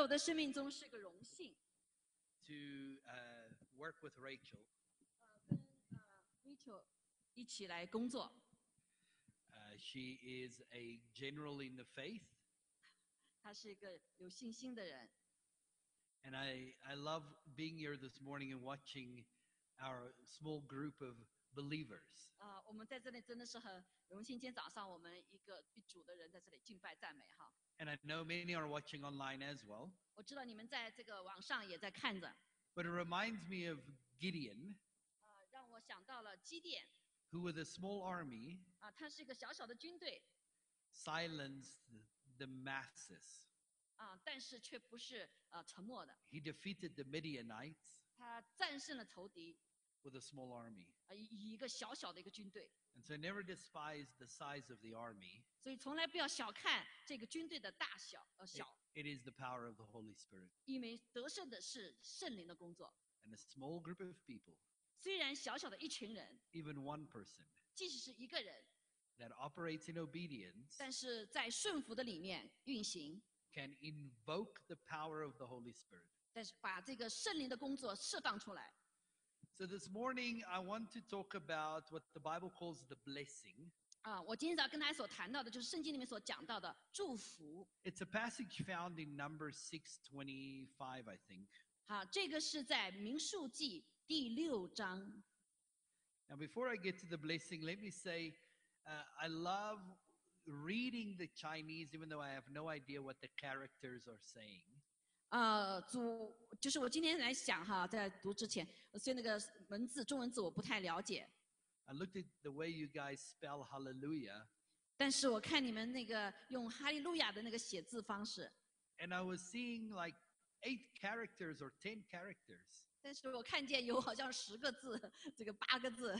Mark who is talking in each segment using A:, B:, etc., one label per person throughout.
A: 我的生命中是个荣幸，
B: to uh, work with Rachel.
A: 跟呃 Rachel 一起来工作。
B: Uh, she is a general in the faith,
A: 他是一个有信心的人。
B: and I, I love being here this morning and watching our small group of believers.
A: 啊、我们在这里真的是很荣幸，今天早上我们一个一组的人在这里敬拜赞美哈。
B: And I know many are watching online as well,
A: 我知道你们在这个网上也在看着，
B: but it reminds me of Gideon,
A: 呃，让我想到了基甸
B: who, with a small army,
A: 啊、他是一个小小的军队
B: silenced the masses.
A: 啊、但是却不是呃沉默的，
B: He defeated the Midianites
A: 他战胜了仇敌，
B: with a small army.
A: 呃，以以一个小小的一个军队，
B: And so never despise the size of the army.
A: 所以从来不要小看这个军队的大小，呃，小，
B: It is the power of the Holy Spirit.
A: 因为得胜的是圣灵的工作。
B: And a small group of people,
A: 虽然小小的一群人，
B: even one person,
A: 即使是一个人，
B: that operates in obedience
A: 但是在顺服的里面运行，
B: can invoke the power of the Holy Spirit.
A: 但是把这个圣灵的工作释放出来。
B: So this morning, I want to talk about what the Bible calls the blessing.
A: 啊，我今天早上跟大家所谈到的，就是圣经里面所讲到的祝福。
B: It's a passage found in Numbers 625, I think.
A: 啊，这个是在民数记第六章。
B: Now, before I get to the blessing, let me say uh, I love reading the Chinese, even though I have no idea what the characters are saying.
A: 啊，主就是我今天来想哈，在读之前，所以那个文字中文字我不太了解，
B: I looked at the way you guys spell hallelujah,
A: 但是我看你们那个用哈利路亚的那个写字方式，
B: and I was seeing like eight characters or 10 characters.
A: 但是我看见有好像十个字，这个八个字，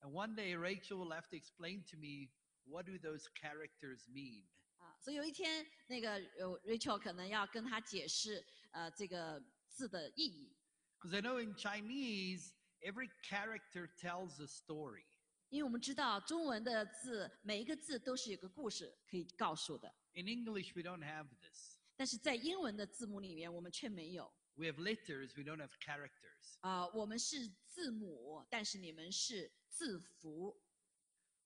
B: And one day Rachel will have to explain to me what do those characters mean.
A: 啊，所以有一天，那个呃，Rachel 可能要跟他解释，呃，这个字的意义，
B: Because I know in Chinese, every character tells a story.
A: 因为我们知道中文的字，每一个字都是有个故事可以告诉的，
B: In English, we don't have this.
A: 但是在英文的字母里面，我们却没有。
B: We have letters, we don't have characters.
A: 啊、我们是字母，但是你们是字符。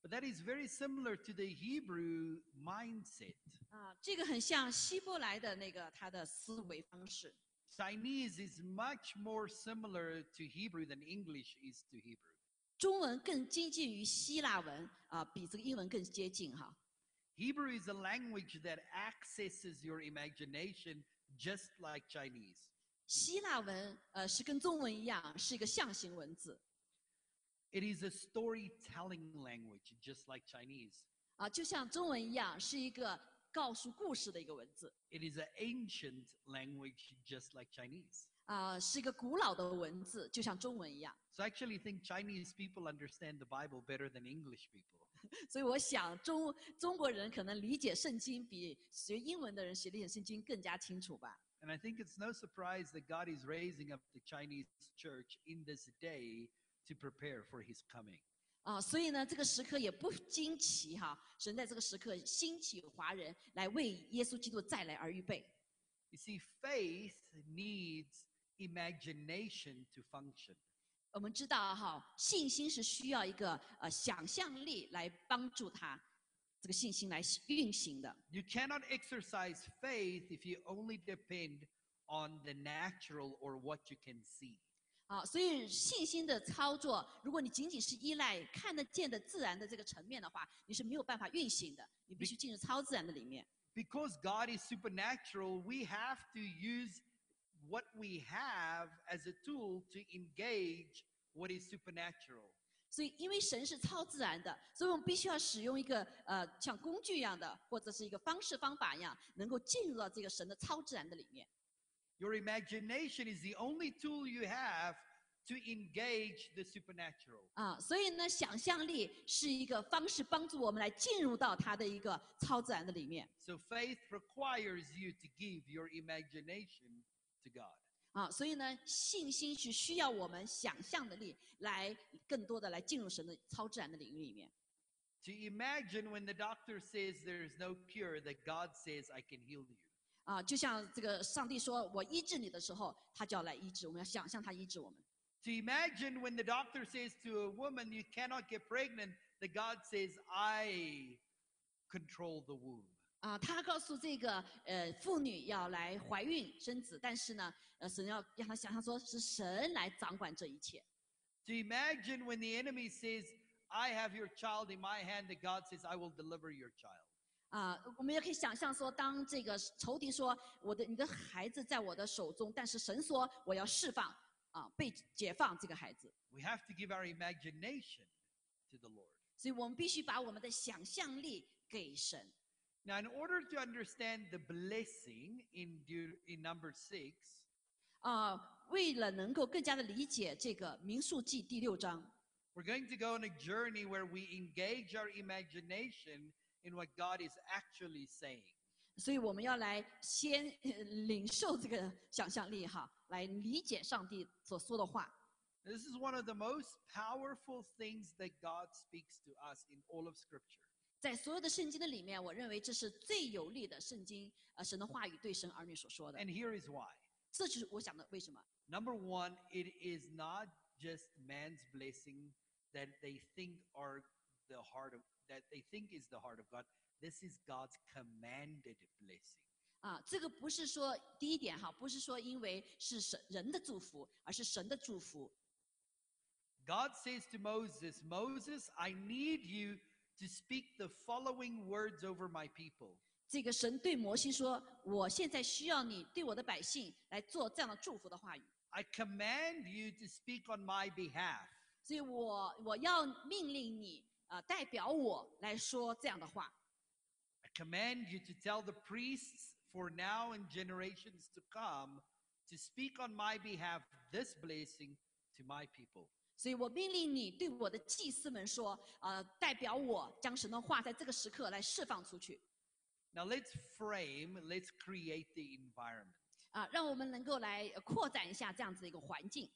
B: But that is very similar to the Hebrew mindset.
A: 啊，这个很像希伯来的那个他的思维方式。
B: Chinese is much more similar to Hebrew than English is to Hebrew.
A: 中文更接近于希腊文啊、比这个英文更接近哈。
B: Hebrew is a language that accesses your imagination just like Chinese.
A: 希腊文呃是跟中文一样，是一个象形文字。
B: It is a storytelling language just like Chinese.
A: 啊，就像中文一样，是一个告诉故事的一个文字
B: It is an ancient language just like Chinese.
A: 啊，是一个古老的文字，就像中文一样。
B: So I actually think Chinese people understand the Bible better than English people.
A: 所以我想中中国人可能理解圣经比学英文的人学理解圣经更加清楚吧。
B: And I think it's no surprise that God is raising up the Chinese church in this day to prepare for his coming.
A: 啊，所以呢，这个时刻也不惊奇哈，神在这个时刻兴起华人来为耶稣基督再来而预备。
B: You see, faith needs imagination to function.
A: 我们知道哈，信心是需要一个呃想象力来帮助他这个信心来运行的。
B: You cannot exercise faith if you only depend on the natural or what you can see.
A: 啊，所以信心的操作，如果你仅仅是依赖看得见的自然的这个层面的话，你是没有办法运行的，你必须进入超自然的里面。
B: Because God is supernatural, we have to use what we have as a tool to engage what is supernatural.
A: 所以，因为神是超自然的，所以我们必须要使用一个呃像工具一样的，或者是一个方式方法一样，能够进入到这个神的超自然的里面。
B: Your imagination is the only tool you have to engage the supernatural.
A: 啊，所以呢，想象力是一个方式，帮助我们来进入到它的一个超自然的里面。
B: So faith requires you to give your imagination to God.
A: 啊，所以呢，信心是需要我们想象的力来更多的来进入神的超自然的领域里面。
B: To imagine when the doctor says there is no cure that God says I can heal you.
A: 啊、啊，就像这个上帝说我医治你的时候，他就要来医治，我们要想象他医治我们。
B: So imagine when the doctor says to a woman, you cannot get pregnant, that God says, I control the womb.
A: 啊，他告诉这个呃妇女要来怀孕生子，但是呢，呃，神要让她想象说是神来掌管这一切。
B: So imagine when the enemy says, I have your child in my hand, that God says, I will deliver your child.
A: 啊，我们也可以想象说，当这个仇敌说我的你的孩子在我的手中，但是神说我要释放啊，被解放这个孩子。
B: We have to give our imagination to the Lord.
A: 所以我们必须把我们的想象力给神。
B: Now, in order to understand the blessing in, Deut- in number six,
A: 啊、为了能够更加的理解这个《民数记》第六章，
B: we're going to go on a journey where we engage our imagination in what God is actually saying.
A: 所以我们要来先呃领受这个想象力哈，来理解上帝所说的话。
B: This is one of the most powerful things that God speaks to us in all of Scripture.
A: 在所有的圣经的里面，我认为这是最有力的圣经，呃，神的话语对神儿女所说的。
B: And here is why.
A: 这就是我想的为什么。
B: Number one, it is not just man's blessing that they think are the heart of that they think is the heart of God. This is God's commanded blessing.
A: 啊，这个不是说第一点哈，不是说因为是神人的祝福，而是神的祝福。
B: God says to Moses, Moses, I need you to speak the following words over my people.
A: 这个神对摩西说：“我现在需要你对我的百姓来做这样的祝福的话语，
B: I command you to speak on my behalf.
A: 所以我我要命令你啊、呃代表我来说这样的话。
B: I command you to tell the priests for now and generations to come to speak on my behalf this blessing to my people.
A: 所以我命令你对我的祭司们说：呃，代表我将神的话在这个时刻来释放出去
B: Now let's frame, let's create the environment.
A: 啊、让我们能够来呃扩展一下这样子的一个环境。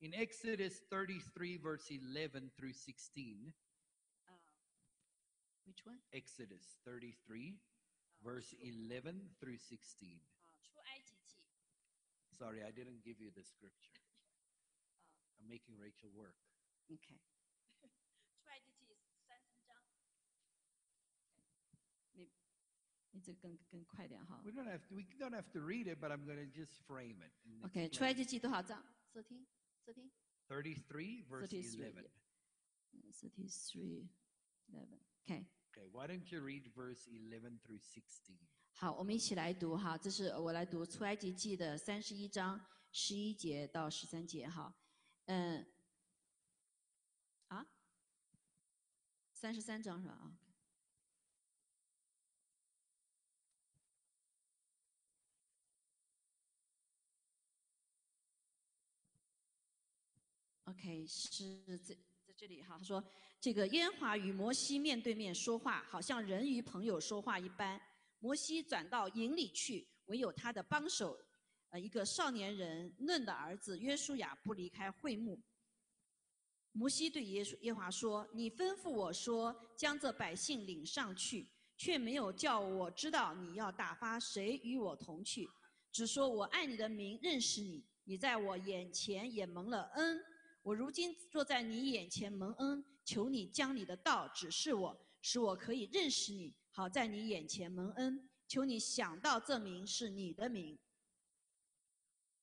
B: In Exodus 33, verse 11 through 16,
A: 啊 Which one？
B: Exodus 33, verse 11 through 16.
A: 啊，出埃及记。
B: Sorry, I didn't give you the scripture. I'm making Rachel work.
A: OK。出埃及记三十章。你你这个更更快点哈
B: We。don't have to, we don't have to read it, but I'm going to just frame it. and
A: OK，出
B: explain
A: 埃
B: it.
A: 及记多少章？收听，收听。
B: 33 verse
A: 33,
B: 11.
A: Thirty three, eleven. OK，
B: Okay, why don't you read verse 11 through 16?
A: 好，我们一起来读哈，这是我来读出埃及记的三十一章十一节到十三节哈。嗯，啊，三十三章是吧？啊。OK，是这在这里哈。他说，这个耶和华与摩西面对面说话，好像人与朋友说话一般。摩西转到营里去，唯有他的帮手，呃，一个少年人嫩的儿子约书亚不离开会幕。摩西对耶稣耶和华说：“你吩咐我说，将这百姓领上去，却没有叫我知道你要打发谁与我同去，只说我按你的名认识你，你在我眼前也蒙了恩。我如今坐在你眼前蒙恩，求你将你的道指示我，使我可以认识你，好在你眼前蒙恩。求你想到这名是你的名。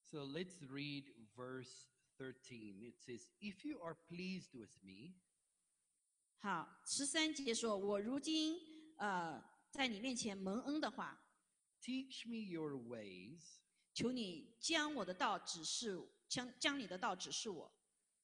B: So let's read verse 13. It says, If you are pleased with me,
A: 好，十三节说：“我如今呃在你面前蒙恩的话，
B: teach me your ways
A: 求你将我的道指示，将将你的道指示我，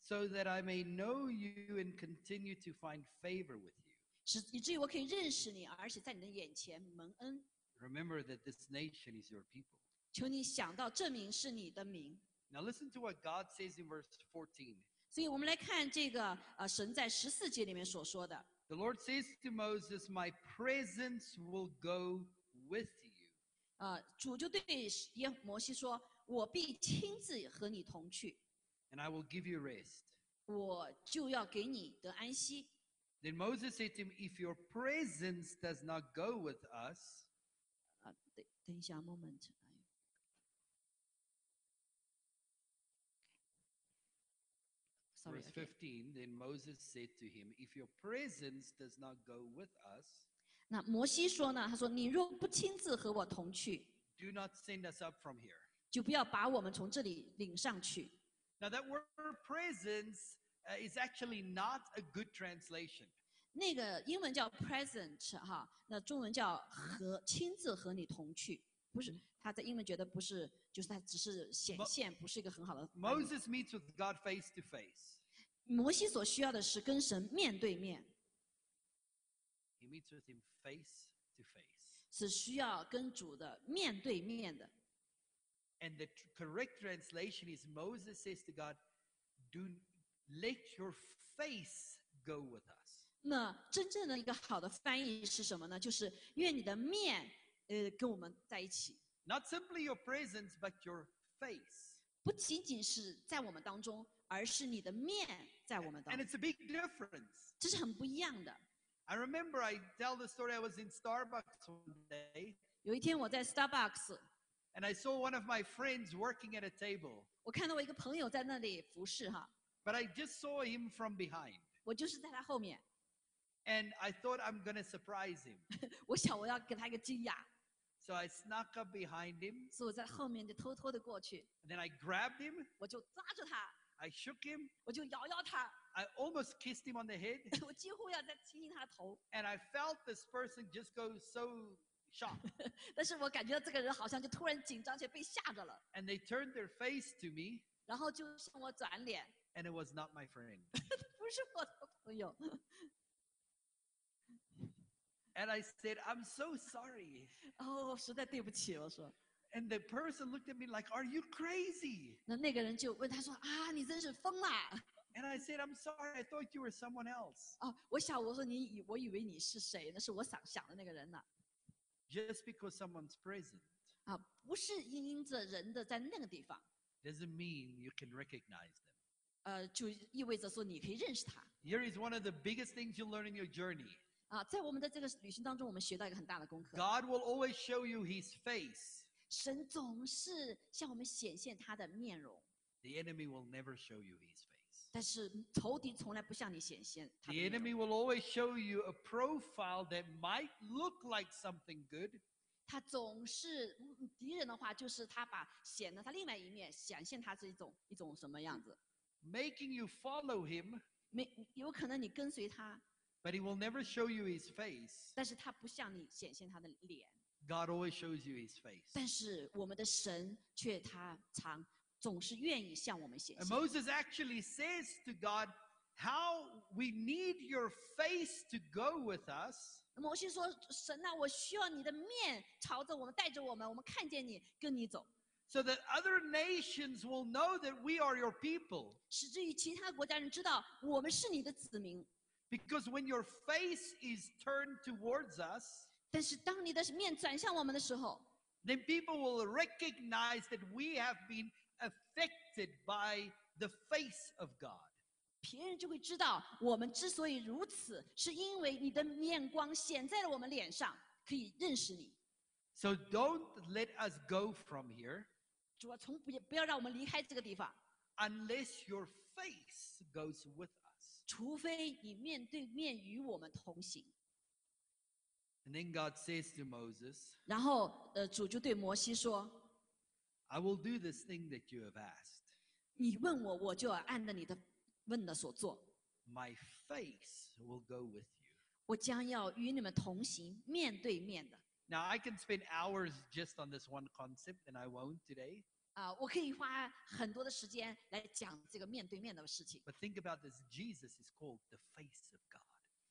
B: so that I may know you and continue to find favor with you.
A: 使以至于我可以认识你，而且在你的眼前蒙恩。
B: Remember that this nation is your people.
A: 求你想到这名是你的名。
B: Now listen to what God says in verse 14. ”
A: 所以我们来看这个呃，神在十四节里面所说的，
B: The Lord says to Moses, My presence will go with you.
A: 呃，主就对耶摩西说：“我必亲自和你同去，
B: and I will give you rest.
A: 我就要给你得安息。
B: Then Moses said to him, If your presence does not go with us, ”
A: 等啊等一下，moment。Sorry,
B: Verse
A: again.
B: 15 Then Moses said to him, If your presence does not go with us,
A: 那摩西说呢？他说：“你若不亲自和我同去，
B: do not send us up from here.
A: 就不要把我们从这里领上去。
B: Now, that word presence uh, is actually not a good translation. ”
A: 那个英文叫 present 哈，那中文叫和亲自和你同去，不是他在英文觉得不是，就是他只是显
B: Mo-
A: 现，不是一个很好的翻译。
B: Moses meets with God face to face,
A: 摩西所需要的是跟神面对面，
B: he meets with him face to face.
A: 是需要跟主的面对面的。
B: And the tr- correct translation is Moses says to God, Do let your face go with us.
A: 那真正的一个好的翻译是什么呢？就是愿你的面，呃，跟我们在一起，
B: Not simply your presence, but your face.
A: 不仅仅是在我们当中，而是你的面在我们当
B: And
A: 中，
B: it's a big difference.
A: 这是很不一样的。
B: I remember I tell the story I was in Starbucks one day
A: 有一天我在 Starbucks，
B: and I saw one of my friends working at a table,
A: 我看到我一个朋友在那里服侍哈，
B: but I just saw him from behind.
A: 我就是在他后面，
B: And I thought I'm going to surprise him.
A: 我想我要给他一个惊讶，
B: So I snuck up behind him,
A: 所以我在后面就偷偷的过去，
B: and then I grabbed him,
A: 我就抓住他，
B: I shook him,
A: 我就摇摇他，
B: I almost kissed him on the head,
A: 我几乎要再亲亲他的头，
B: and I felt this person just go so shocked.
A: 但是我感觉到这个人好像就突然紧张且被吓着了，
B: and they turned their face to me,
A: 然后就向我转脸，
B: and it was not my friend.
A: 不是我的朋友，
B: And I said, I'm so sorry.
A: 哦，实在对不起，我说，
B: And the person looked at me like, Are you crazy?
A: 那那个人就问他说啊，你真是疯啦！
B: And I said, I'm sorry. I thought you were someone else.
A: 哦，我想我说你以我以为你是谁呢？是我想想的那个人呢？
B: Just because someone's present
A: 啊，不是因着人的在那个地方，
B: doesn't mean you can recognize them.
A: 呃，就意味着说你可以认识他
B: Here is one of the biggest things you learn in your journey
A: 啊。在我们的这个旅行当中，我们学到一个很大的功课，
B: God will always show you his face,
A: 神总是向我们显现他的面容，
B: the enemy will never show you his face.
A: 但是仇敌从来不向你显现他的
B: The
A: 面容
B: enemy will always show you a profile that might look like something good,
A: 他总是嗯敌人的话，就是他把显得他另外一面，显现他是一种一种什么样子。
B: making you follow him,
A: 没有可能你跟随他，
B: but he will never show you his face.
A: 但是他不向你显现他的脸。
B: God always shows you his face.
A: 但是我们的神却他常总是愿意向我们显
B: And
A: 现。
B: Moses actually says to God, How we need your face to go with us,
A: 摩西说：“神呐、我需要你的面朝着我们，带着我们，我们看见你，跟你走，
B: so that other nations will know that we are your people.
A: 使至于其他国家人知道我们是你的子民。
B: Because when your face is turned towards us,
A: 但是当你的面转向我们的时候，
B: then people will recognize that we have been affected by the face of God.
A: 别人就会知道，我们之所以如此，是因为你的面光显在了我们脸上，可以认识你。
B: So don't let us go from here
A: 主啊，从不不要让我们离开这个地方，
B: unless your face goes with us.
A: 除非你面对面与我们同行。
B: And then God says to Moses,
A: 然后，呃，主就对摩西说
B: I will do this thing that you have asked.：“
A: 你问我，我就要按着你的问的所做。
B: My face will go with you.
A: 我将要与你们同行，面对面的
B: Now, I can spend hours just on this one concept, and I won't today.
A: 啊、我可以花很多的时间来讲这个面对面的事情。
B: But think about this Jesus is called the face of God.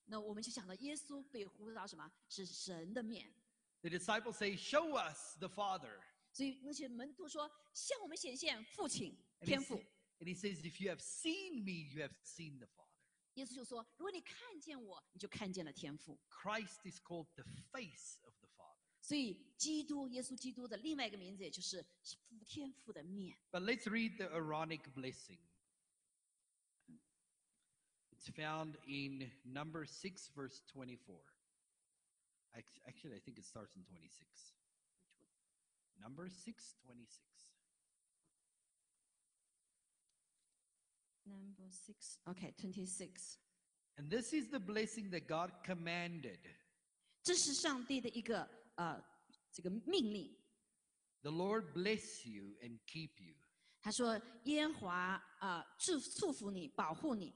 A: 那我们就想到耶稣被呼到什么是神的面，
B: The disciples say, Show us the Father.
A: 所以那些门徒说向我们显现父亲
B: And he,
A: 天
B: sa-
A: 赋。
B: and he says, If you have seen me, you have seen the Father.
A: 耶稣就说，如果你看见我，你就看见了天赋。
B: Christ is called the face of the Father.
A: 所以基督，耶稣基督的另外一个名字，也就是父天父的面。
B: But let's read the Aaronic blessing. It's found in number 6, verse 24. Act- Actually, I think it starts in 26. Number 626.
A: Number six. OK, twenty six。
B: And this is the blessing that God commanded.
A: 这是上帝的一个呃这个命令。
B: The Lord bless you and keep you.
A: 他说：“耶和华啊、呃祝祝福你，保护你。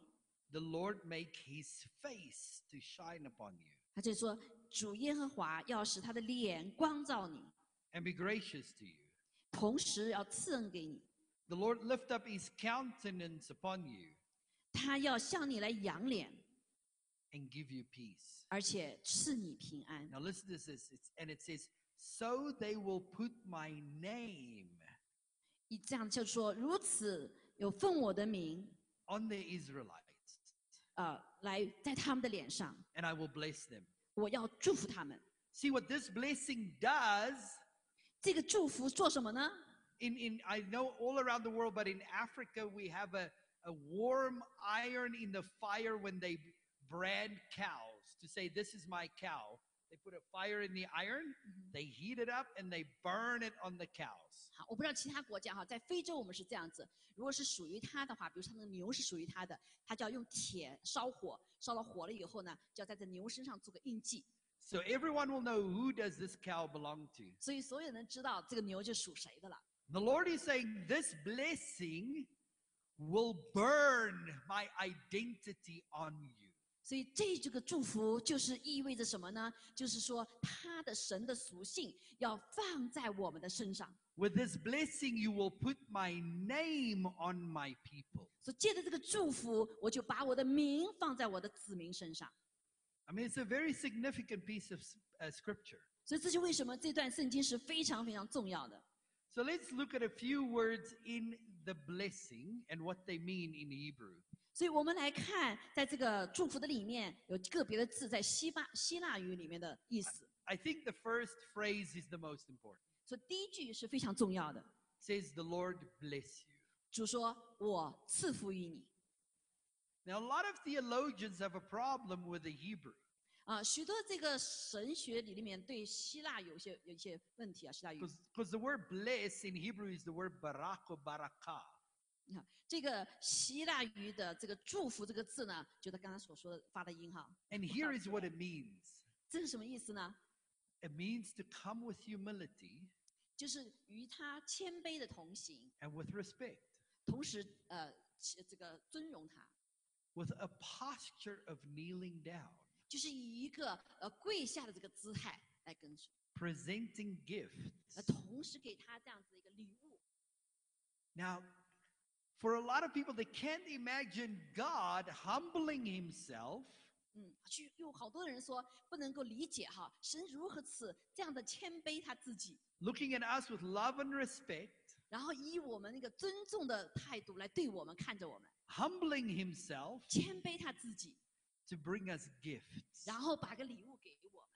B: The Lord make his face to shine upon you ”
A: 他就说：“主耶和华要使他的脸光照你，
B: and be gracious to you.
A: 同时要赐恩给你。
B: The Lord lift up his countenance upon you
A: 他要向你来扬脸，
B: and give you peace.
A: 而且赐你平安。
B: Now listen to this. It's, and it says, So they will put my name ”
A: 一这样就说：“如此有奉我的名，
B: on the Israelites,
A: 呃，来在他们的脸上，
B: and I will bless them.
A: 我要祝福他们。
B: See what this blessing does
A: 这个祝福做什么呢？
B: in, in I know all around the world, but in Africa we have a, a warm iron in the fire when they brand cows to say, This is my cow. They put a fire in the iron, they heat it up, and they burn it on the cows.
A: 好，我不知道其他国家哈，在非洲我们是这样子，如果是属于它的话，比如说它的牛是属于它的，它就要用铁烧火，烧了火了以后呢，就要在这牛身上做个印记，
B: So everyone will know who does this cow belong to.
A: 所以所有人知道这个牛就属谁的了。
B: The Lord is saying this blessing will burn my identity on you.
A: 所以这这个祝福就是意味着什么呢？就是说他的神的属性要放在我们的身上，
B: With this blessing, you will put my name on my people.
A: 所以借着这个祝福，我就把我的名放在我的子民身上。
B: I mean, it's a very significant piece of s- uh, scripture.
A: 所以这就为什么这段圣经是非常非常重要的。
B: So let's look at a few words in the blessing and what they mean in Hebrew.
A: 所以我们来看，在这个祝福的里面有个别的字在希腊希腊语里面的意思。
B: I think the first phrase is the most important.
A: 所以第一句是非常重要的，
B: It says, The Lord bless you.
A: 主说：“我赐福于你。
B: Now, a lot of theologians have a problem with the Hebrew. ”
A: 啊，许多这个神学里面对希腊有些有一些问题啊，希腊语。
B: Because the word bless in Hebrew is the word barak or barakah.
A: 你看这个希腊语的这个“祝福”这个字呢，就他刚才所说的发的音哈，
B: And here is what it means
A: 这是什么意思呢？
B: it means to come with humility
A: 就是与他谦卑的同行，
B: and with respect,
A: 同时呃其这个尊荣他，
B: with a posture of kneeling down,
A: 就是以一个呃跪下的这个姿态来跟随，
B: presenting gifts.
A: 呃同时给他这样子的一个礼物。
B: Now, for a lot of people, they can't imagine God humbling himself
A: 嗯，去有好多人说不能够理解哈，神如何此这样的谦卑他自己，
B: looking at us with love and respect,
A: 然后以我们那个尊重的态度来对我们看着我们，
B: humbling himself
A: 谦卑他自己，
B: to bring us gifts.
A: 然后把个礼物给我们。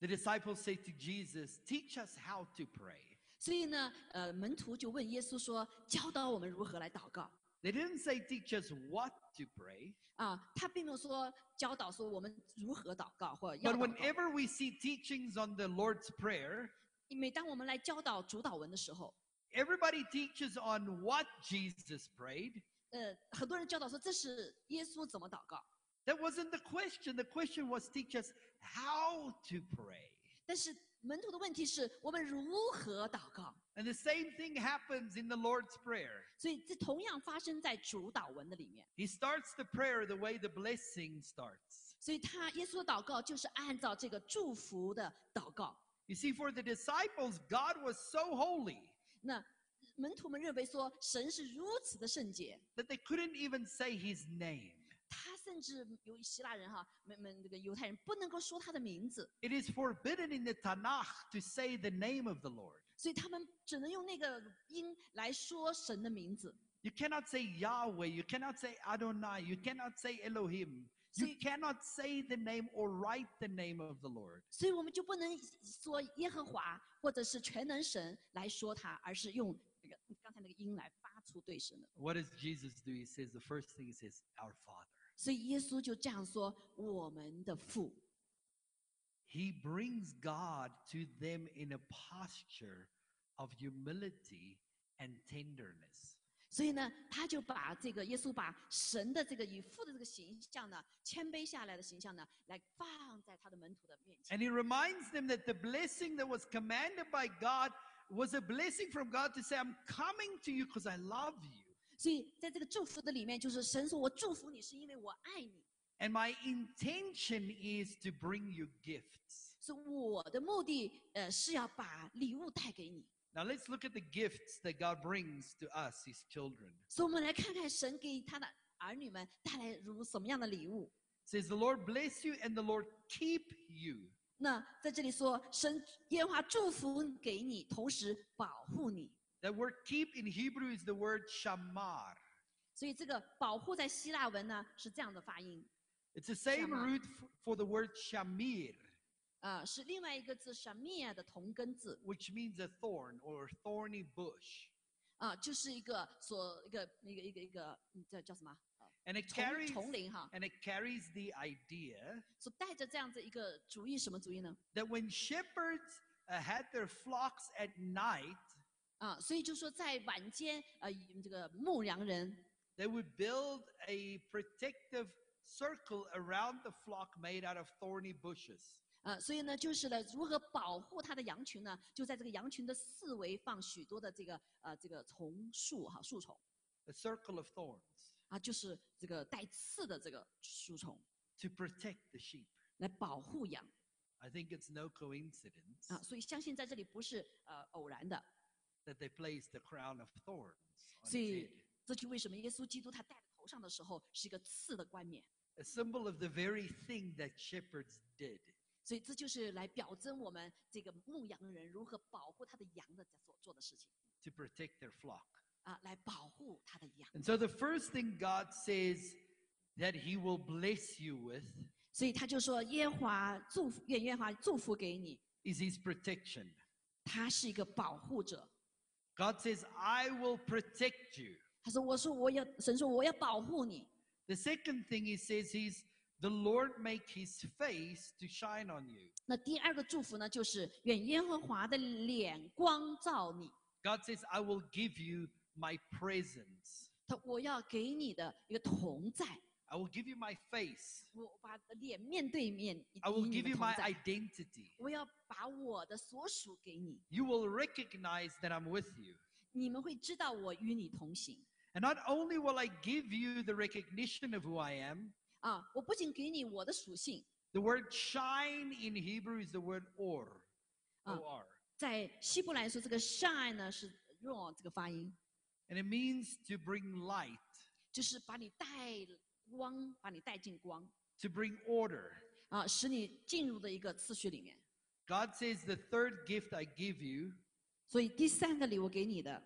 B: The disciples say to Jesus, Teach us how to pray.
A: 所以呢，呃，门徒就问耶稣说：“教导我们如何来祷告
B: They didn't say teach us what to pray,
A: 啊？”他并没有说教导说我们如何祷告或要
B: but
A: 祷告。
B: whenever we see teachings on the Lord's Prayer,
A: 每当我们来教导主导文的时候，
B: everybody teaches on what Jesus prayed.
A: 呃，很多人教导说这是耶稣怎么祷告，
B: That wasn't the question. The question was teach us how to pray.
A: 但是门徒的问题是我们如何祷告。
B: And the same thing happens in the Lord's Prayer.
A: 所以这同样发生在主导文的里面。
B: He starts the prayer the way the blessing starts.
A: 所以他耶稣的祷告就是按照这个祝福的祷告。
B: You see, for the disciples, God was so holy
A: 那门徒们认为说神是如此的圣洁，
B: that they couldn't even say his name.
A: 他甚至有希腊人哈，们们这个犹太人不能够说他的名字，
B: It is forbidden in the Tanakh to say the name of the Lord.
A: 所以他们只能用那个音来说神的名字。
B: You cannot say Yahweh. You cannot say Adonai. You cannot say Elohim.
A: So
B: You
A: you-
B: cannot say the name or write the name of the Lord.
A: 所以我们就不能说耶和华或者是全能神来说他，而是用那个刚才那个音来发出对神的。
B: What does Jesus do? He says the first thing he says, Our Father.
A: 所以耶稣就这样说：“我们的父。”
B: He brings God to them in a posture of humility and tenderness.
A: 所以呢，他就把这个耶稣把神的这个以父的这个形象呢，谦卑下来的形象呢，来放在他的门徒的面前。
B: And he reminds them that the blessing that was commanded by God was a blessing from God to say, I'm coming to you because I love you.
A: 所以在这个祝福的里面，就是神说：“我祝福你，是因为我爱你。
B: And my intention is to bring you gifts. ”
A: 所以我的目的，呃，是要把礼物带给你。
B: Now let's look at the gifts that God brings to us, his children.
A: 所以，我们来看看神给他的儿女们带来如什么样的礼物。
B: It says, The Lord bless you and the Lord keep you.
A: 那在这里说，神耶和华祝福给你，同时保护你。
B: That word keep in Hebrew is the word shamar.
A: 所以，这个保护在希腊文呢是这样的发音，
B: It's the same
A: Shamar.
B: root f- for the word shamir,
A: 啊、是另外一个字 shamia 的同根字，
B: which means a thorn or thorny bush.
A: 啊、就是一个所一个一个一个一个嗯叫叫什么？呃
B: And it
A: 丛
B: carries
A: 丛林哈，
B: and it carries the idea
A: 所带着这样子一个主意，什么主意呢？
B: that when shepherds uh, had their flocks at night,
A: 啊，所以就说在晚间，呃，这个牧羊人，
B: they would build a protective circle around the flock made out of thorny bushes.
A: 呃，所以呢，就是呢，如何保护他的羊群呢？就在这个羊群的四围放许多的这个呃这个丛树哈，树丛
B: A circle of thorns
A: 啊，就是这个带刺的这个树丛
B: to protect the sheep.
A: 来保护羊
B: I think it's no coincidence
A: 啊，所以相信在这里不是呃偶然的，
B: that they placed the crown of thorns on
A: 所
B: his head,
A: 以这就为什么耶稣基督他戴在头上的时候是一个刺的冠冕，
B: a symbol of the very thing that shepherds did.
A: 所以这就是来表征我们这个牧羊人如何保护他的羊的所做的事情。
B: to protect their flock.
A: 啊，来保护他的羊。
B: And so the first thing God says that he will bless you with
A: 所以他就说：“耶和华祝福，愿耶和华祝福给你。
B: is his protection. ”
A: 他是一个保护者。
B: God says, I will protect you.
A: 他说：“我说我要，神说我要保护你。
B: The second thing he says is, the Lord make his face to shine on you. ”
A: 那第二个祝福呢，就是愿耶和华的脸光照你。
B: God says, I will give you my presence.
A: 他我要给你的一个同在，
B: I will give you my face.
A: 我把脸面对面与
B: I will
A: 与你
B: give
A: 的
B: you
A: 同
B: my
A: 在。
B: identity.
A: 我要把我的所属给你，
B: You will recognize that I'm with you.
A: 你们会知道我与你同行
B: And not only will I give you the recognition of who I am,
A: 啊！我不仅给你我的属性，
B: The word shine in Hebrew is the word or.
A: Ah.
B: O-R.
A: 在希伯来说，这个 shine 呢是用这个发音，
B: And it means to bring light,
A: 就是把你带光，把你带进光
B: to bring order.
A: 啊，使你进入的一个次序里面。
B: God says the third gift I give you
A: 所以第三个礼物给你的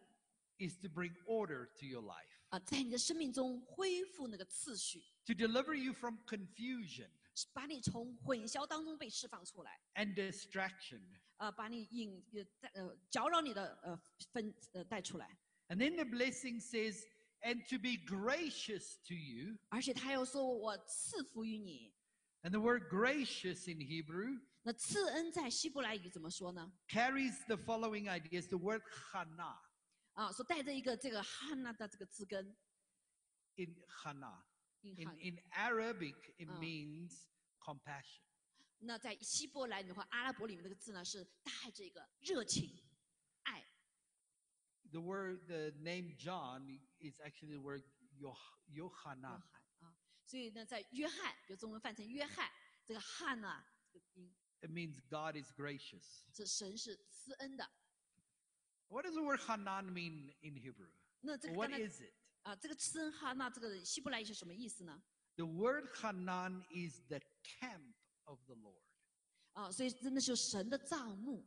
B: is to bring order to your life,
A: 啊，在你的生命中恢复那个次序，
B: to deliver you from confusion
A: 是把你从混淆当中被释放出来，
B: and distraction.
A: 啊，把你引呃带呃搅扰你的呃分呃带出来。
B: And then the blessing says, and to be gracious to you.
A: 而且他又说我赐福于你。
B: And the word gracious in Hebrew
A: 那赐恩在希伯来语怎么说呢？
B: carries the following ideas the word chana.
A: 啊，说带着一个这个哈娜的这个字根，
B: In chana,
A: 蕴
B: In,
A: 含
B: in Arabic, it
A: Ah.
B: means compassion.
A: 那在希伯来语或阿拉伯里面那个字呢，是带着一个热情、爱。
B: The word, the name John is actually the word Yoh-
A: 约
B: Yohanan.
A: 翰啊，所以呢，在约翰，比如中文翻成约翰，这个汉呢、这个音
B: It means God is gracious.
A: 是神是慈恩的。
B: What does the word Hanan mean in Hebrew?
A: 那这
B: Or
A: 个
B: What
A: 刚才
B: is it?
A: 啊，这个慈恩哈那这个希伯来语是什么意思呢？
B: The word Hanan is the camp of the Lord.
A: 啊，所以真的是神的帐幕、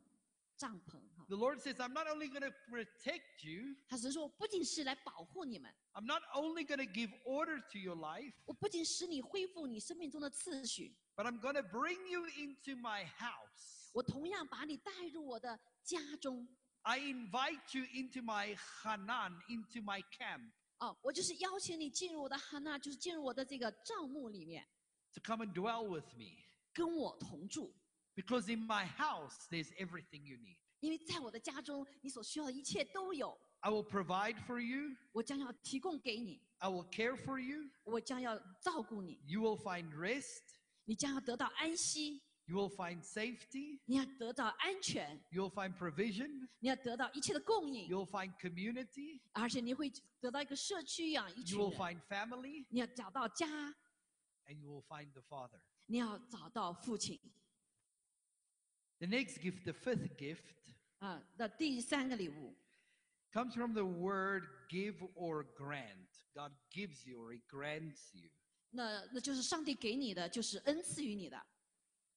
A: 帐篷哈、
B: The Lord says, I'm not only going to protect you,
A: 他神说，我不仅是来保护你们，
B: I'm not only going to give order to your life,
A: 我不仅使你恢复你生命中的次序，
B: but I'm going to bring you into my house.
A: 我同样把你带入我的家中
B: I invite you into my Hanan, into my camp.
A: 啊，我就是邀请你进入我的哈那，就是进入我的这个帐幕里面，
B: to come and dwell with me.
A: 跟我同住。
B: Because in my house, there's everything you need.
A: 因为在我的家中，你所需要的一切都有，
B: I will provide for you.
A: 我将要提供给你，
B: I will care for you.
A: 我将要照顾你，
B: You will find rest.
A: 你将要得到安息，
B: You will find safety.
A: 你要得到安全，
B: You'll find provision.
A: 你要得到一切的供应，
B: You'll find community.
A: 而且你会得到一个社区一样一
B: You
A: 群
B: will
A: 人，
B: find family.
A: 你要找到家，
B: And you will find the Father.
A: 你要找到父亲
B: The next gift, the fifth gift,
A: 啊。那第三个礼物
B: comes from the word give or grant. God gives you or He grants you.
A: 那那就是上帝给你的，就是恩赐于你的。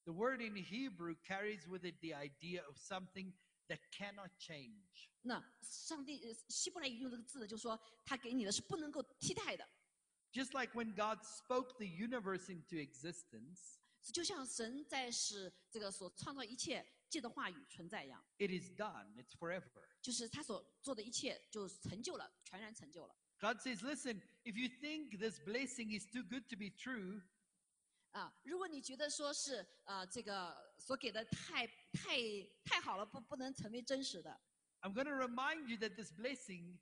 B: The word in Hebrew carries with it the idea of something that cannot change.
A: 那上帝呃希伯来语用这个字呢，就说他给你的是不能够替代的，
B: Just like when God spoke the universe into existence,
A: 就像神在使这个所创造一切借的话语存在一样，
B: it is done, it's forever.
A: 就是他所做的一切就成就了，全然成就了
B: God says, listen, if you think this blessing is too good to be true,
A: 啊！如果你觉得说是呃这个所给的太太太好了，不不能成为真实的，
B: I'm going to remind you that this blessing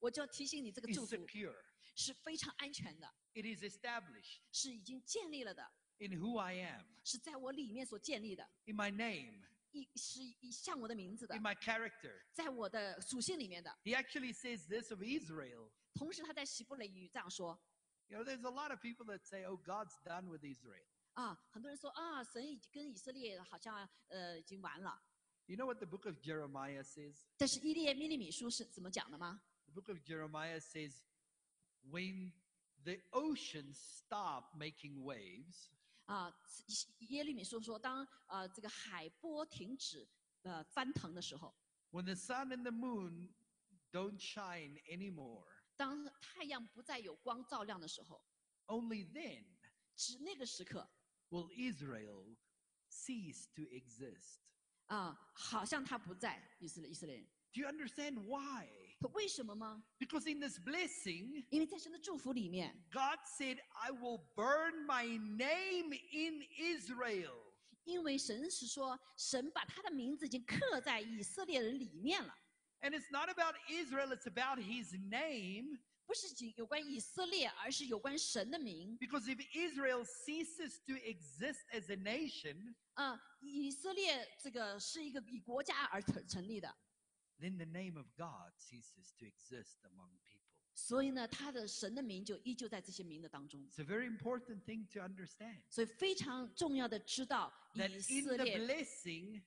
A: 我就要提醒你，这个
B: is
A: 祝福
B: secure.
A: 是非常安全的，
B: It is established
A: 是已经建立了的，
B: in who I am,
A: 是在我里面所建立的，
B: in my name,
A: 一是一像我的名字的
B: in，my character.
A: 在我的属性里面的。
B: He actually says this of Israel.
A: 同时他在希伯来语这样说
B: You know, there's a lot of people that say, oh, God's done with Israel.
A: 啊，很多人说啊，神已经跟以色列好像呃已经完了。
B: You know what the book of Jeremiah says?
A: 但是伊利耶米利米书是怎么讲的吗？
B: The book of Jeremiah says, when the oceans stop making waves,
A: 啊，耶利米书说，当呃这个海波停止呃翻腾的时候，
B: when the sun and the moon don't shine anymore,
A: 当太阳不再有光照亮的时候，
B: only then
A: 只那个时刻
B: will Israel cease to exist.
A: 啊，好像他不在以色列以色列人。
B: Do you understand why?
A: 可为什么吗？
B: Because in this blessing,
A: 因为在神的祝福里面，
B: God said, I will burn my name in Israel.
A: 因为神是说，神把他的名字已经刻在以色列人里面了，
B: And it's not about Israel, it's about his name.
A: 不是仅有关以色列，而是有关神的名。
B: Because if Israel ceases to exist as a nation,
A: 啊，以色列这个是一个以国家而成成立的，
B: then the name of God ceases to exist among people.
A: 所以呢，他的神的名就依旧在这些名的当中。
B: It's a very important thing to understand
A: 所以非常重要的知道
B: that
A: 以
B: in
A: 色
B: the
A: 列
B: blessing,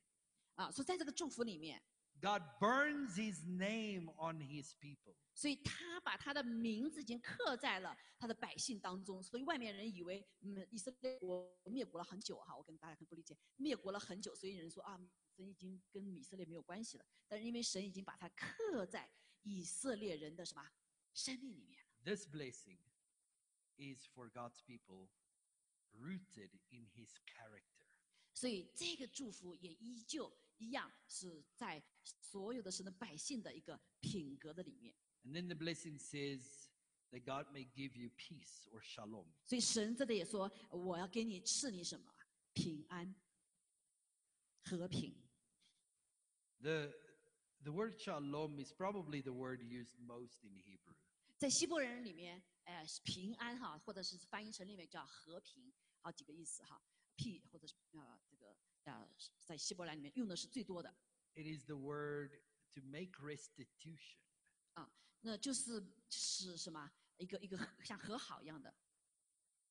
A: 啊，所以在这个祝福里面，
B: God burns his name on his people.
A: 所以他把他的名字已经刻在了他的百姓当中，所以外面人以为嗯，以色列国灭国了很久哈，我跟大家很不理解，灭国了很久，所以人说啊，神已经跟以色列没有关系了，但是因为神已经把它刻在以色列人的什么生命里面。
B: This blessing is for God's people rooted in his character.
A: 所以这个祝福也依旧一样是在所有的神的百姓的一个品格的里面。
B: And then the blessing says that God may give you peace or shalom.
A: 所以神这里也说，我要给你赐你什么？啊平安、和平。
B: The, the word shalom is probably the word used most in Hebrew.
A: 在希伯来人里面，呃，是平安哈，或者是翻译成里面叫和平，好几个意思哈。P 或者是呃这个呃，在希伯来里面用的是最多的
B: It is the word to make restitution.
A: 啊，那就是是什么？一个一个和像和好一样的，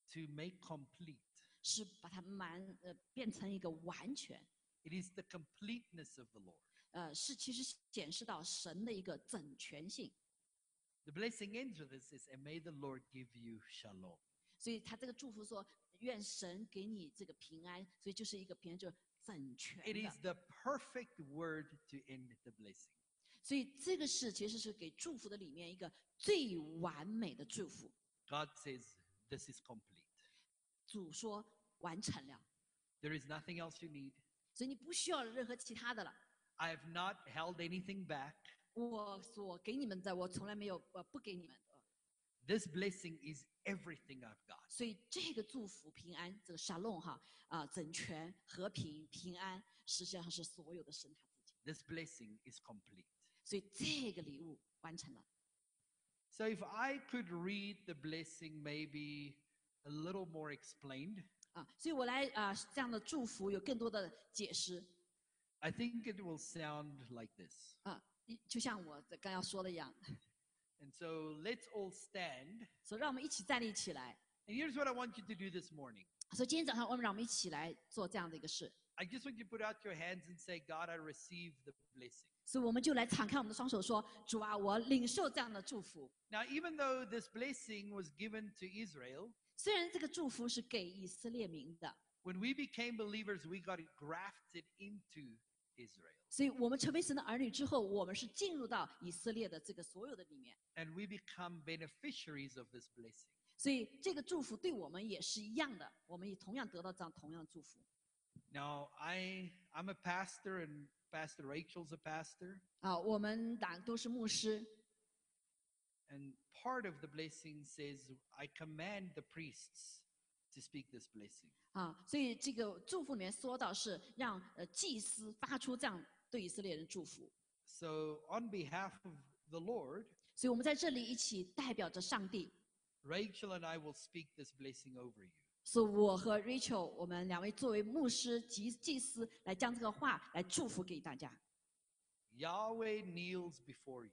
B: to make complete.
A: 是把它满呃变成一个完全。
B: It is the completeness of the Lord.
A: 呃，是其实是显示到神的一个整全性。
B: The blessing ends with this is, and may the Lord give you shalom.
A: 所以他这个祝福说，愿神给你这个平安，所以就是一个平安，就是整全
B: It is
A: 的。
B: the perfect word to end the blessing.
A: 所以这个是其实是给祝福的里面一个最完美的祝福。
B: God says, this is complete.
A: 主说完成了，
B: There is nothing else you need.
A: 所以你不需要任何其他的了。
B: I have not held anything back.
A: 我所给你们的，我从来没有呃不给你们的。
B: This blessing is everything I've got.
A: 所以这个祝福平安，这个沙龙哈啊、整全、和平、平安，实际上是所有的神他自己。
B: This blessing is complete.
A: 所以这个礼物完成了。
B: So if I could read the blessing maybe a little more explained,
A: 啊，所以我来啊、这样的祝福有更多的解释
B: I think it will sound like this.
A: 啊，一就像我这刚要说的一样，
B: And so let's all stand.
A: 所以让我们一起站立起来。
B: And here's what I want you to do this morning.
A: 所以今天早上我们让我们一起来做这样的一个事，
B: I just want you to put out your hands and say, God, I receive the blessing.
A: 所以我们就来敞开我们的双手说：主啊，我领受这样的祝福。
B: Now, even though this blessing was given to Israel,
A: 虽然这个祝福是给以色列民的，
B: when we became believers, we got grafted into Israel.
A: 所以我们成为神的儿女之后，我们是进入到以色列的这个所有的里面。
B: And we become beneficiaries of this blessing.
A: 所以这个祝福对我们也是一样的，我们也同样得到这样同样的祝福。
B: Now, I, I'm a pastor, and Pastor Rachel's a pastor.
A: 啊，我们党都是牧师，
B: And part of the blessing says, I command the priests to speak this blessing.
A: 啊，所以这个祝福里面说到是让呃祭司发出这样对以色列人祝福，
B: So, on behalf of the Lord,
A: 所以我们在这里一起代表着上帝，
B: Rachel and I will speak this blessing over you.
A: 是我和 Rachel 我们两位作为牧师及祭司来将这个话来祝福给大家。
B: Yahweh kneels before you,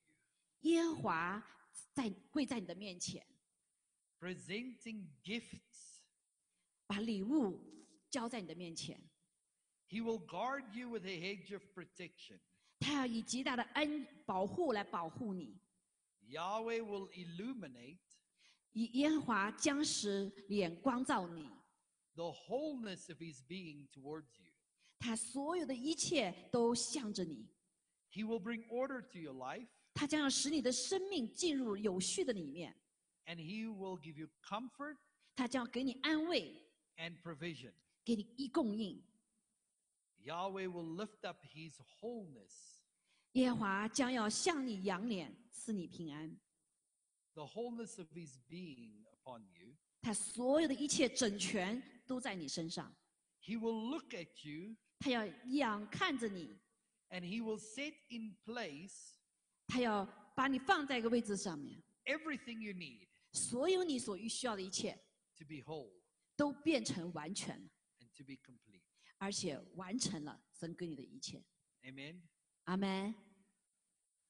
A: 耶和华在跪在你的面前，
B: presenting gifts.
A: 把礼物交在你的面前，
B: He will guard you with a hedge of protection.
A: 他要以极大的恩保护来保护你。
B: Yahweh will illuminate
A: 以耶和华将使脸光照你，
B: the wholeness of his being towards you.
A: 他所有的一切都向着你。
B: He will bring order to your life,
A: 它将要使你的生命进入有序的里面，
B: and he will give you comfort
A: 它将要给你安慰，
B: and provision.
A: 给你一供应。
B: Yahweh will lift up his wholeness.
A: 耶和华将要向你扬脸，赐你平安。
B: the wholeness of his being upon you.
A: 他所有的一切整全都在你身上，
B: He will look at you
A: 他要仰看着你，
B: and he will set in place
A: 他要把你放在一个位置上面，
B: everything you need
A: 所有你所需要的一切
B: to be whole
A: 都变成完全了，
B: and to be complete.
A: 而且完成了神给你的一切。
B: Amen.
A: 阿门，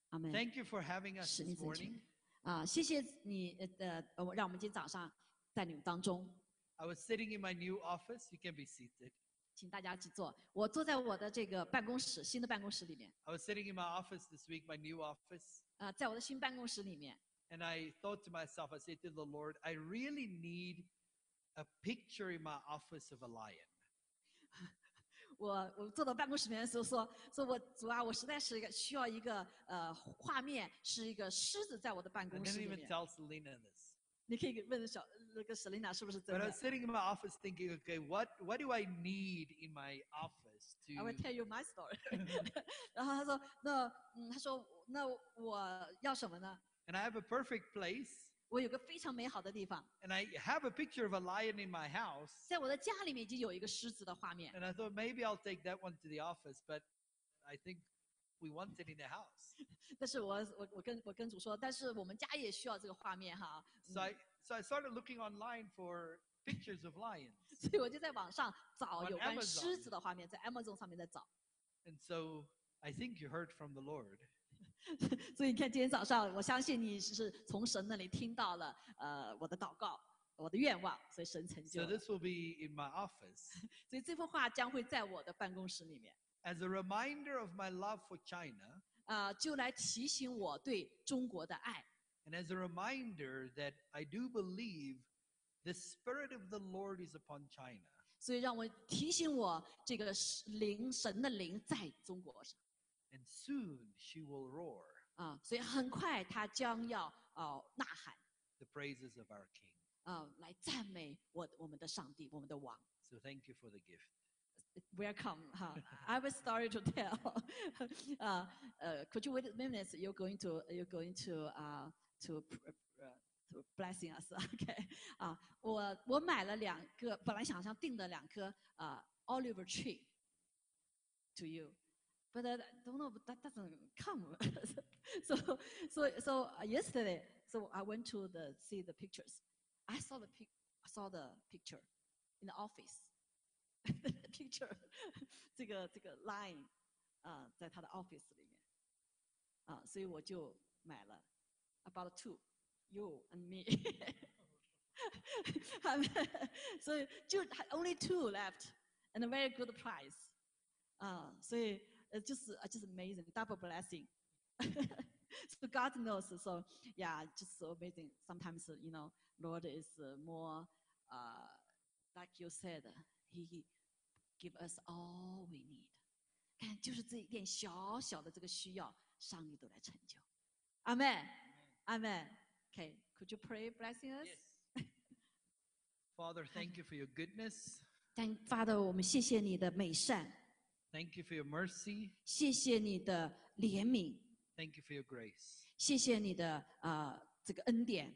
A: 阿门。
B: Thank you for having us
A: 使你
B: this
A: 整全
B: morning.
A: 啊！谢谢你呃呃，我让我们今天早上在你们当中。
B: I was sitting in my new office. You can be seated.
A: 请大家一起坐。我坐在我的这个办公室，新的办公室里面，
B: I was sitting in my office this week, my new office,
A: 啊、在我的新办公室里面，
B: and I thought to myself, I said to the Lord, I really need a picture in my office of a lion.
A: 我我坐到办公室里面的时候说说我主啊，我实在是一个需要一个呃画面，是一个狮子在我的办
B: I
A: 公室
B: didn't
A: 里
B: even
A: 面。
B: tell Selena this.
A: 你可以问小那个 Selina 是不是真
B: But I
A: 的
B: was sitting in my office thinking, okay, what, what do I need in my office
A: ？I will
B: to
A: tell you my story 。 然后他说那嗯，他说那我要什么呢？
B: and I have a perfect place
A: 我有个非常美好的地方，
B: and I have a picture of a lion in my house.
A: 在我的家里面已经有一个狮子的画面。
B: And I thought maybe I'll take that one to the office, but I think we want it in the house.
A: 但是我我我跟我跟主说，但是我们家也需要这个画面哈。
B: So
A: 嗯
B: I so I started looking online for pictures of lions.
A: 所以我就在网上找
B: On
A: 有关
B: Amazon
A: 狮子的画面，在 Amazon 上面在找。
B: And so I think you heard from the Lord.
A: 所以你看，今天早上，我相信你是从神那里听到了呃我的祷告，我的愿望，所以神成就
B: So
A: 了。
B: this will be in my office
A: 所以这幅画将会在我的办公室里面
B: as a reminder of my love for China
A: 啊、就来提醒我对中国的爱
B: And as a reminder that I do believe the Spirit of the Lord is upon China.
A: 所以让我提醒我这个是灵神的灵在中国上
B: And soon she will roar
A: 啊、所以很快他将要哦、呐喊
B: the praises of our King.
A: 啊、来赞美我我们的上帝，我们的王。
B: So thank you for the gift.
A: Welcome 哈 I have a story to tell uh, 啊呃，Could you wait a minute? You're going to you're going to 啊 to uh, pr- uh, blessing us. OK，啊，我我买了两个，本来想想订的两棵啊 Oliver tree to you。But I don't know, but that doesn't come. so, so, so uh, yesterday, so I went to the see the pictures. I saw the pic, I saw the picture in the office. picture，这个这个 line 啊、在他的 office 里面啊、所以我就买了 about two you and me 他 们。所以就 only two left and a very good price 啊、所以呃就是呃就是 amazing double blessing 。So God knows, so yeah, just so amazing. Sometimes, uh, you know, Lord is uh, more, uh, like you said, He give us all we need。看，就是这一点小小的这个需要，上帝都来成就。阿门，阿门。Okay, could you pray blessing us?
B: Yes. Father, thank you for your goodness.
A: 但 Father，我们谢谢你的美善，
B: Thank you for your mercy.
A: 谢谢你的怜悯，
B: Thank you for your grace.
A: 谢谢你的呃这个恩典。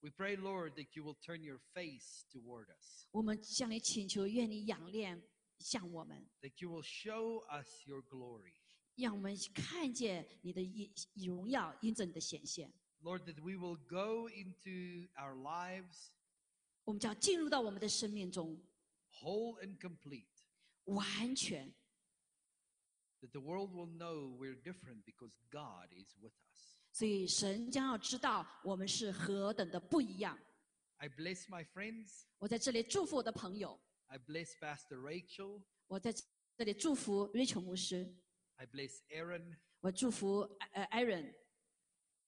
B: We pray, Lord, that you will turn your face toward us,
A: 我们向你请求，愿你仰恋向我们，
B: that you will show us your glory.
A: 让我们看见你的一荣耀，因着你的显现，
B: Lord, that we will go into our lives
A: 我们就要进入到我们的生命中，
B: whole and complete,
A: 完全
B: that the world will know we're different because God is with us.
A: 所以神将要知道我们是何等的不一样。
B: I bless my friends.
A: 我在这里祝福我的朋友，
B: I bless Pastor Rachel.
A: 我在这里祝福瑞琼牧师，
B: I bless Aaron.
A: 我祝福呃 Aaron，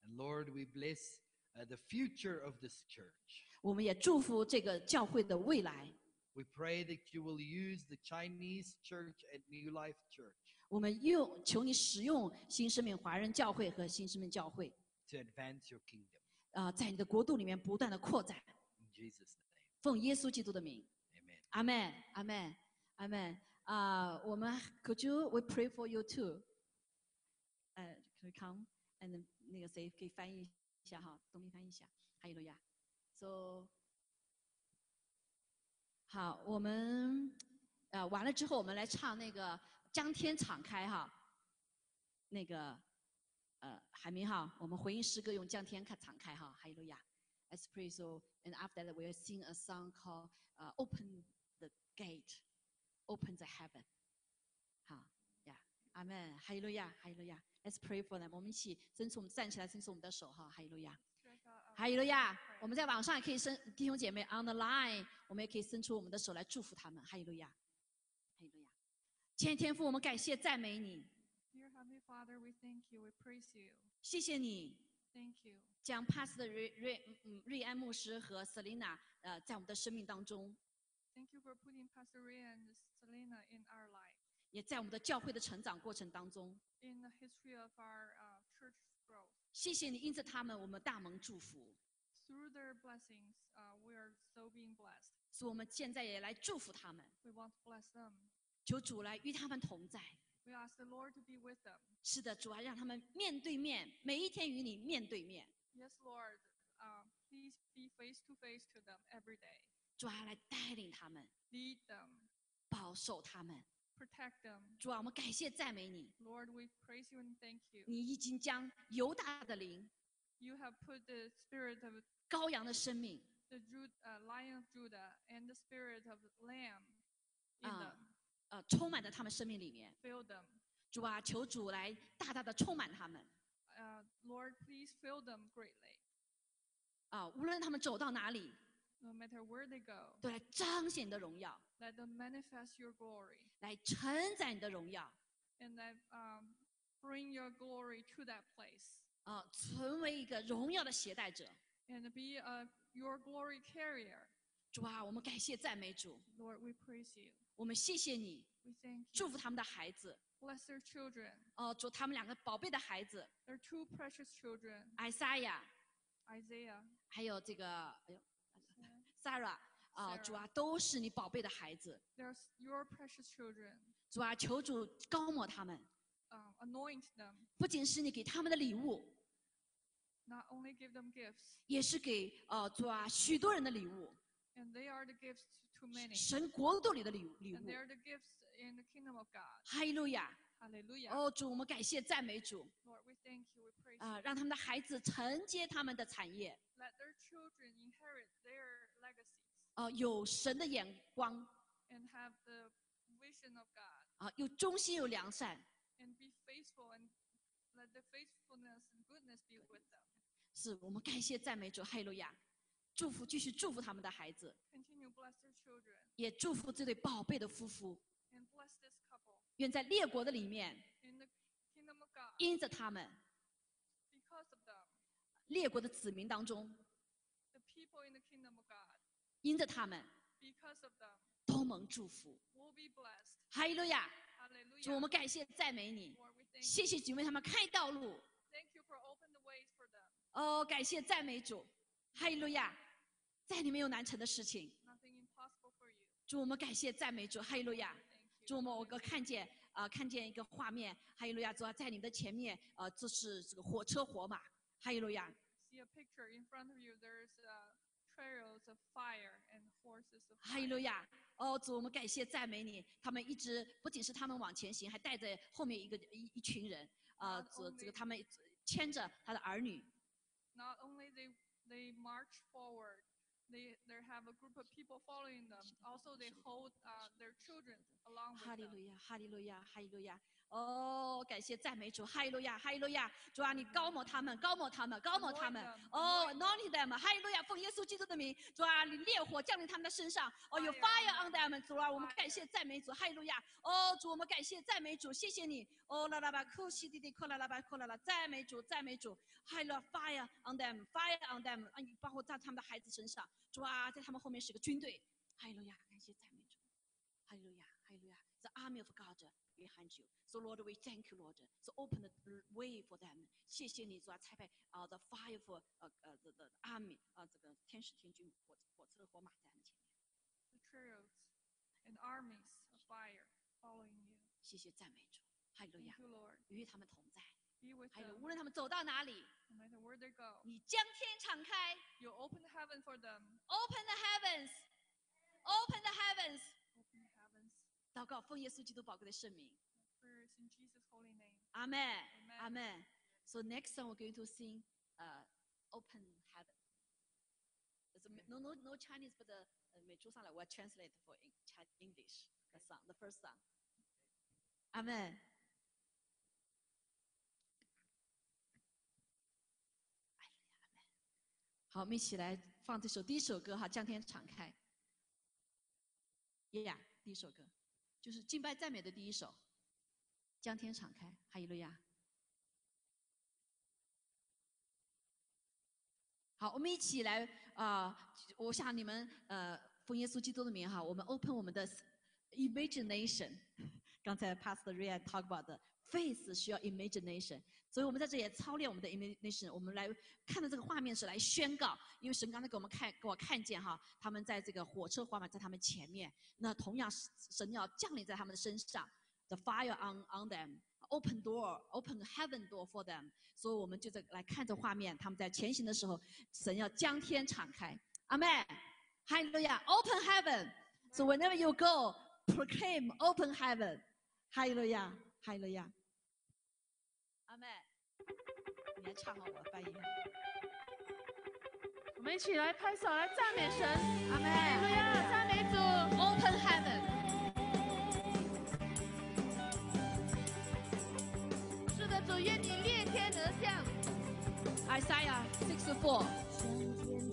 B: And Lord, we bless uh, the future of this church.
A: 我们也祝福这个教会的未来。
B: We pray that you will use the Chinese church at New Life Church
A: 我们用求你使用新生命华人教会和新生命教会，
B: to advance your kingdom.
A: 啊、在你的国度里面不断的扩展。
B: In Jesus' name,
A: 奉耶稣基督的名，
B: amen.
A: 阿门，阿门，阿门。啊，我们 Could you we pray for you too？呃、c o u l d come and 那个谁可以翻译一下哈，东明翻译一下，还有路亚。So，好，我们呃完了之后，我们来唱那个《将天敞开》哈，那个呃海明哈，我们回应诗歌用《将天开敞开》哈，哈利路亚。Let's pray so, and after that we'll sing a song called uh, "Open the Gate, Open the Heaven." 好呀，阿门，哈利路亚，哈利路亚。Let's pray for them，我们一起伸出我们站起来，伸出我们的手哈，哈利路亚。哈利路亚！我们在网上也可以伸弟兄姐妹 on the line，我们也可以伸出我们的手来祝福他们。哈利路亚，哈利路亚！亲爱的天父，我们感谢赞美你，
C: Dear Heavenly Father, we thank you, we praise you,
A: 谢谢你
C: thank you
A: 将帕斯的瑞瑞嗯瑞安牧师和 Selina 呃在我们的生命当中，
C: Thank you for putting Pastor Ray and Selena in our life,
A: 也在我们的教会的成长过程当中，
C: in the history of our uh, church growth.
A: 谢谢你因着他们，我们大蒙祝福。
C: Through their blessings, uh, we are so being blessed.
A: 所以我们现在也来祝福他们，
C: We want to bless them.
A: 求主来与他们同在。
C: We ask the Lord to be with them.
A: 是的，主啊，让他们面对面，每一天与你面对面。
C: Yes, Lord, uh, please be face to face to them every day.
A: 主啊，来带领他们，
C: Lead them,
A: 保守他们。
C: protect them.
A: 主啊，我们感谢赞美你，
C: Lord, we praise you and thank you.
A: 你已经将犹大的灵、
C: You have put the spirit of
A: 羔羊的生命
C: the Ju- uh, lion of Judah and the spirit of lamb in
A: Ah.
C: them,
A: 呃充满在他们生命里面。
C: fill them.
A: 主啊，求主来大大的充满他们
C: Uh, Lord, please fill them greatly,
A: 啊、无论他们走到哪里，
C: no matter where they go.
A: 都来彰显你的荣耀，
C: Let them manifest your glory
A: 来承载你的荣耀
C: and let um, bring your glory to that place
A: 啊、成为一个荣耀的携带者。
C: and be a, your glory carrier.
A: 主啊，我们感谢赞美主，
C: Lord, we praise you.
A: 我们谢谢你，
C: We thank
A: 祝
C: you.
A: 福他们的孩子，
C: Bless their children,
A: 哦、主他们两个宝贝的孩子，
C: their two precious children,
A: 艾莎雅，
C: Isaiah,
A: 还有这个哎呦 Sarah 啊、主
C: Sarah
A: 啊，都是你宝贝的孩子。
C: there's your precious children.
A: 主啊，求主高抹他们，
C: Um, anoint them.
A: 不仅是你给他们的礼物，
C: not only give them gifts,
A: 也是给呃主啊许多人的礼物，
C: and they are the gifts to many,
A: 神国度里的礼物礼
C: and
A: 物
C: they。are the gifts in the kingdom of God.
A: 哈利路亚！
C: Hallelujah.
A: 哦，主，我们感谢赞美主
C: Lord, we thank you. We praise
A: 啊、
C: you.
A: 让他们的孩子承接他们的产业，
C: Let their children inherit their legacies
A: 啊，有神的眼光
C: and have the vision of God,
A: 啊、又忠心又良善。
C: and be faithful, and let the faithfulness and goodness be with them.
A: 是我们感谢赞美主，哈利路亚！祝福继续祝福他们的孩子，
C: Continue bless their children,
A: 也祝福这对宝贝的夫妇。
C: and bless this couple
A: 愿在列国的里面，
C: in the kingdom of God
A: 因着他们
C: because of them.
A: 列国的子民当中，
C: The people in the kingdom of God
A: 因着他们
C: because of them
A: 都蒙祝福。
C: will be blessed.
A: 哈利路亚！主，我们
C: Hallelujah.
A: 感谢赞美你，
C: Lord, we thank you.
A: 谢谢主为他们开道路。
C: Thank you for open the ways for them.
A: 哦，感谢赞美主，哈利路亚！在你们有难成的事情，
C: Nothing impossible for you.
A: 主，我们感谢赞美主，哈利路亚！
C: Thank you.
A: 主，我们我
C: Hallelujah.
A: 看见啊、呃看见一个画面，哈利路亚！主啊，在你们的前面，呃，这是这个火车火马，哈利路亚！
C: see a picture in front of you. There's uh, trails of fire and horses of
A: 哈利路
C: fire.
A: 亚！哦，主，我们感谢赞美你。他们一直不仅是他们往前行，还带着后面一个一一群人，呃，
C: Not
A: 这这个
C: only-
A: 他们牵着他的儿女，
C: Not only they they march forward, they they have a group of people following them. Also, they hold uh, their children along
A: 哦哈
C: with
A: 利路
C: them.
A: 亚，哈利路亚，哈利路亚。哦，感谢赞美主，哈利路亚，哈利路亚。主啊，你高抹他们，高抹他们，高抹他
C: Anoint
A: 们
C: them,。
A: 哦
C: anoint
A: Oh, ，anoint them，哈利路亚，奉耶稣基督的名，主啊，你烈火降临他们的身上。哦，有
C: Fire
A: fire
C: on
A: on them，主啊，我们感
C: Fire
A: 谢赞美主，哈利路亚。哦，主，我们感谢赞美主，谢谢你。哦，啦啦吧，库西弟弟，库啦啦吧，库啦啦，赞美主，赞美主。哈利路亚，fire on them，fire on them，啊，包括在他们的孩子身上。主啊，在他们后面是个军队。哈利路亚，感谢赞美主。Hallelujah, hallelujah. The army of God behind you. So Lord, we thank you, Lord. So open the way for them. 谢谢你，主啊，差派啊 the fire for 呃呃 the the army 啊这个天使天军火火车火马在他们前面。
C: The trails and armies of fire following you.
A: 谢谢赞美主，哈利路
C: Thank
A: 亚，
C: you, Lord.
A: 与他们同在。
C: Be with
A: 还有
C: them
A: 无论他们走到哪里，
C: no matter where they go.
A: 你将天敞开
C: You open heaven for them.
A: ，open the heavens, open the heavens。
C: Open the heavens.
A: 祷告，奉耶稣基督宝贵的圣名，
C: Prayers in Jesus' holy name.
A: 阿门，阿
C: Amen.
A: 门。So next song we're going to sing, uh, "Open Heaven." It's a m- no, no, no Chinese, but the uh, 美珠上来，我 translate for in Chi- English the song, the first song. 阿门。好，我们一起来放这首第一首歌哈，《将天敞开》。耶呀，第一首歌，就是敬拜赞美的第一首，《将天敞开》，哈利路亚。好，我们一起来啊、呃我想你们呃，奉耶稣基督的名哈，我们 open 我们的 imagination。刚才 Pastor Ria talk about 的 faith 需要 imagination，所以我们在这也操练我们的 imagination，我们来看到这个画面是来宣告，因为神刚才给我们看给我看见哈，他们在这个火车滑板在他们前面，那同样是神要降临在他们的身上，the fire on on them。Open door, open heaven door for them。所以我们就在来看这画面，他们在前行的时候，神要将天敞开。阿妹，哈利路亚，Open heaven。So whenever you go, proclaim open heaven. 哈利路亚，哈利路亚。阿妹，你来唱好我翻译。啊
D: 我们一起来拍手，来赞美神，
A: 阿妹，
D: 哈利路亚，赞美主。
A: Open heaven。
D: 是的，主，愿你裂天而降，
A: Isaiah 64.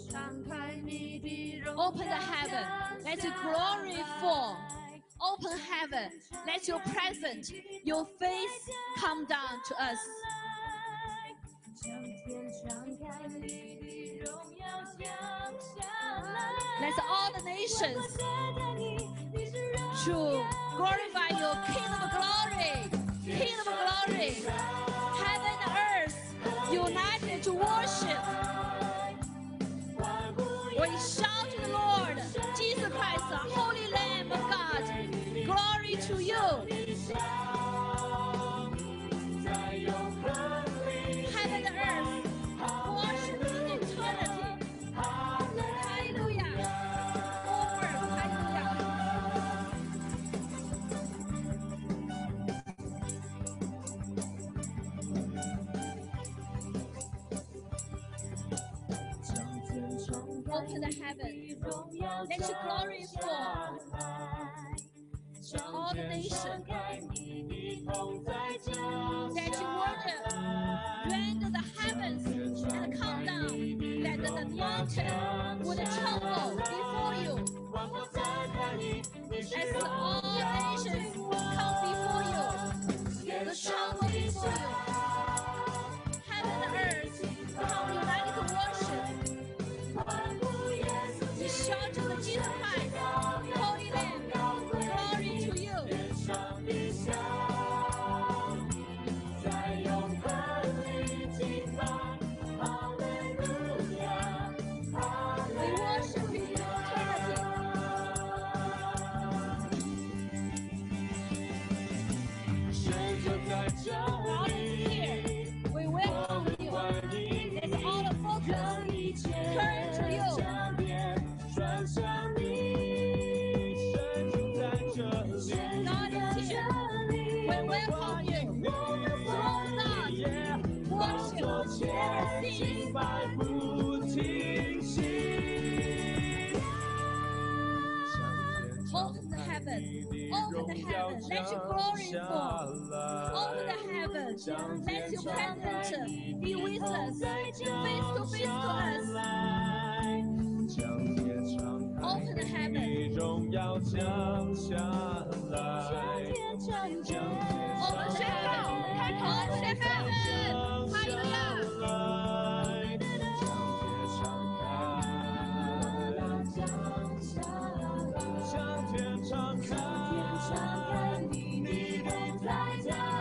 D: 敞开你的荣
A: Open the heaven. Let your glory fall. Open heaven. Let your presence, your face come down to us.
E: 向天敞开你的荣耀降下来。
A: Let all the nations
E: 我赞叹你，你是荣
A: to glorify your kingdom of glory. Kingdom of glory. Heaven and earth united to worship.
E: 耀不
A: We shout to the Lord, Jesus Christ, the Holy Lamb of God. Glory to you.
E: 一生，在永恒里。
A: Heaven and earth up to the heavens. Let your glory fall. All the nations that you worship, rend the heavens and come down, that the mountain would tremble before you. As all nations come before you, the tremble before you. Heaven and earth come united to worship. 你shout to the Jesus Christ, Holy Lamb, glory to you. 在永恒里敬拜，哈利路亚，哈利路亚。We worship you, eternity. 神就在这里。All is here. We welcome you. It's all the focus. Turn to you. 神就在这里。God is here. We welcome you. Lord God, worship and sing.
F: 从
A: Open the heavens. Open the heavens. Let your glory fall. Open the heavens. Let your presence be with us. Face to face to us.
F: 将天敞开
A: Open the heavens.
F: 你荣耀降下来，将天
A: Open the heavens.
F: 敞
A: Open the heavens.
F: 开来，将天敞开，将天敞开，你的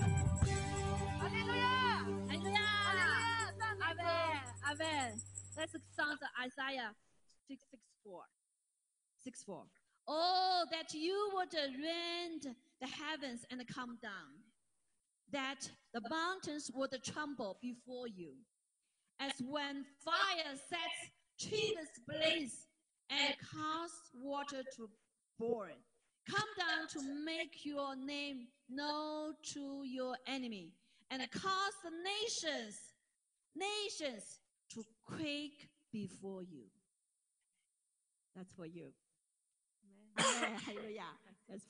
E: 哈利路亚，
G: Hallelujah. 赞美主
A: Amen. Amen. Let's sound the Isaiah 6 6 4. 6 4. Oh, that you would rend the heavens and come down, that the mountains would tremble before you, as when fire sets trees blaze and casts water to burn. Come down to make your name known to your enemy and cause the nations nations to quake before you. That's for you. 哈利路亚，That's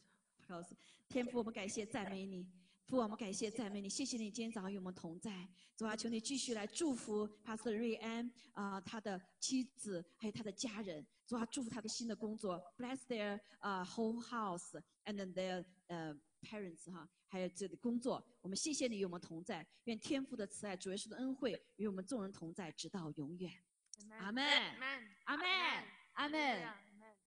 A: because- 天父，我们感谢赞美你。父王，我们感谢赞美你，谢谢你今天早上与我们同在。主啊，求你继续来祝福帕斯特瑞安啊、他的妻子还有他的家人。主啊，祝福他的新的工作，bless their 啊、whole house and then their 呃、parents 哈，还有这里工作。我们谢谢你与我们同在，愿天父的慈爱、主耶稣的恩惠与我们众人同在，直到永远。阿门，
G: Amen.
A: 阿门，阿门。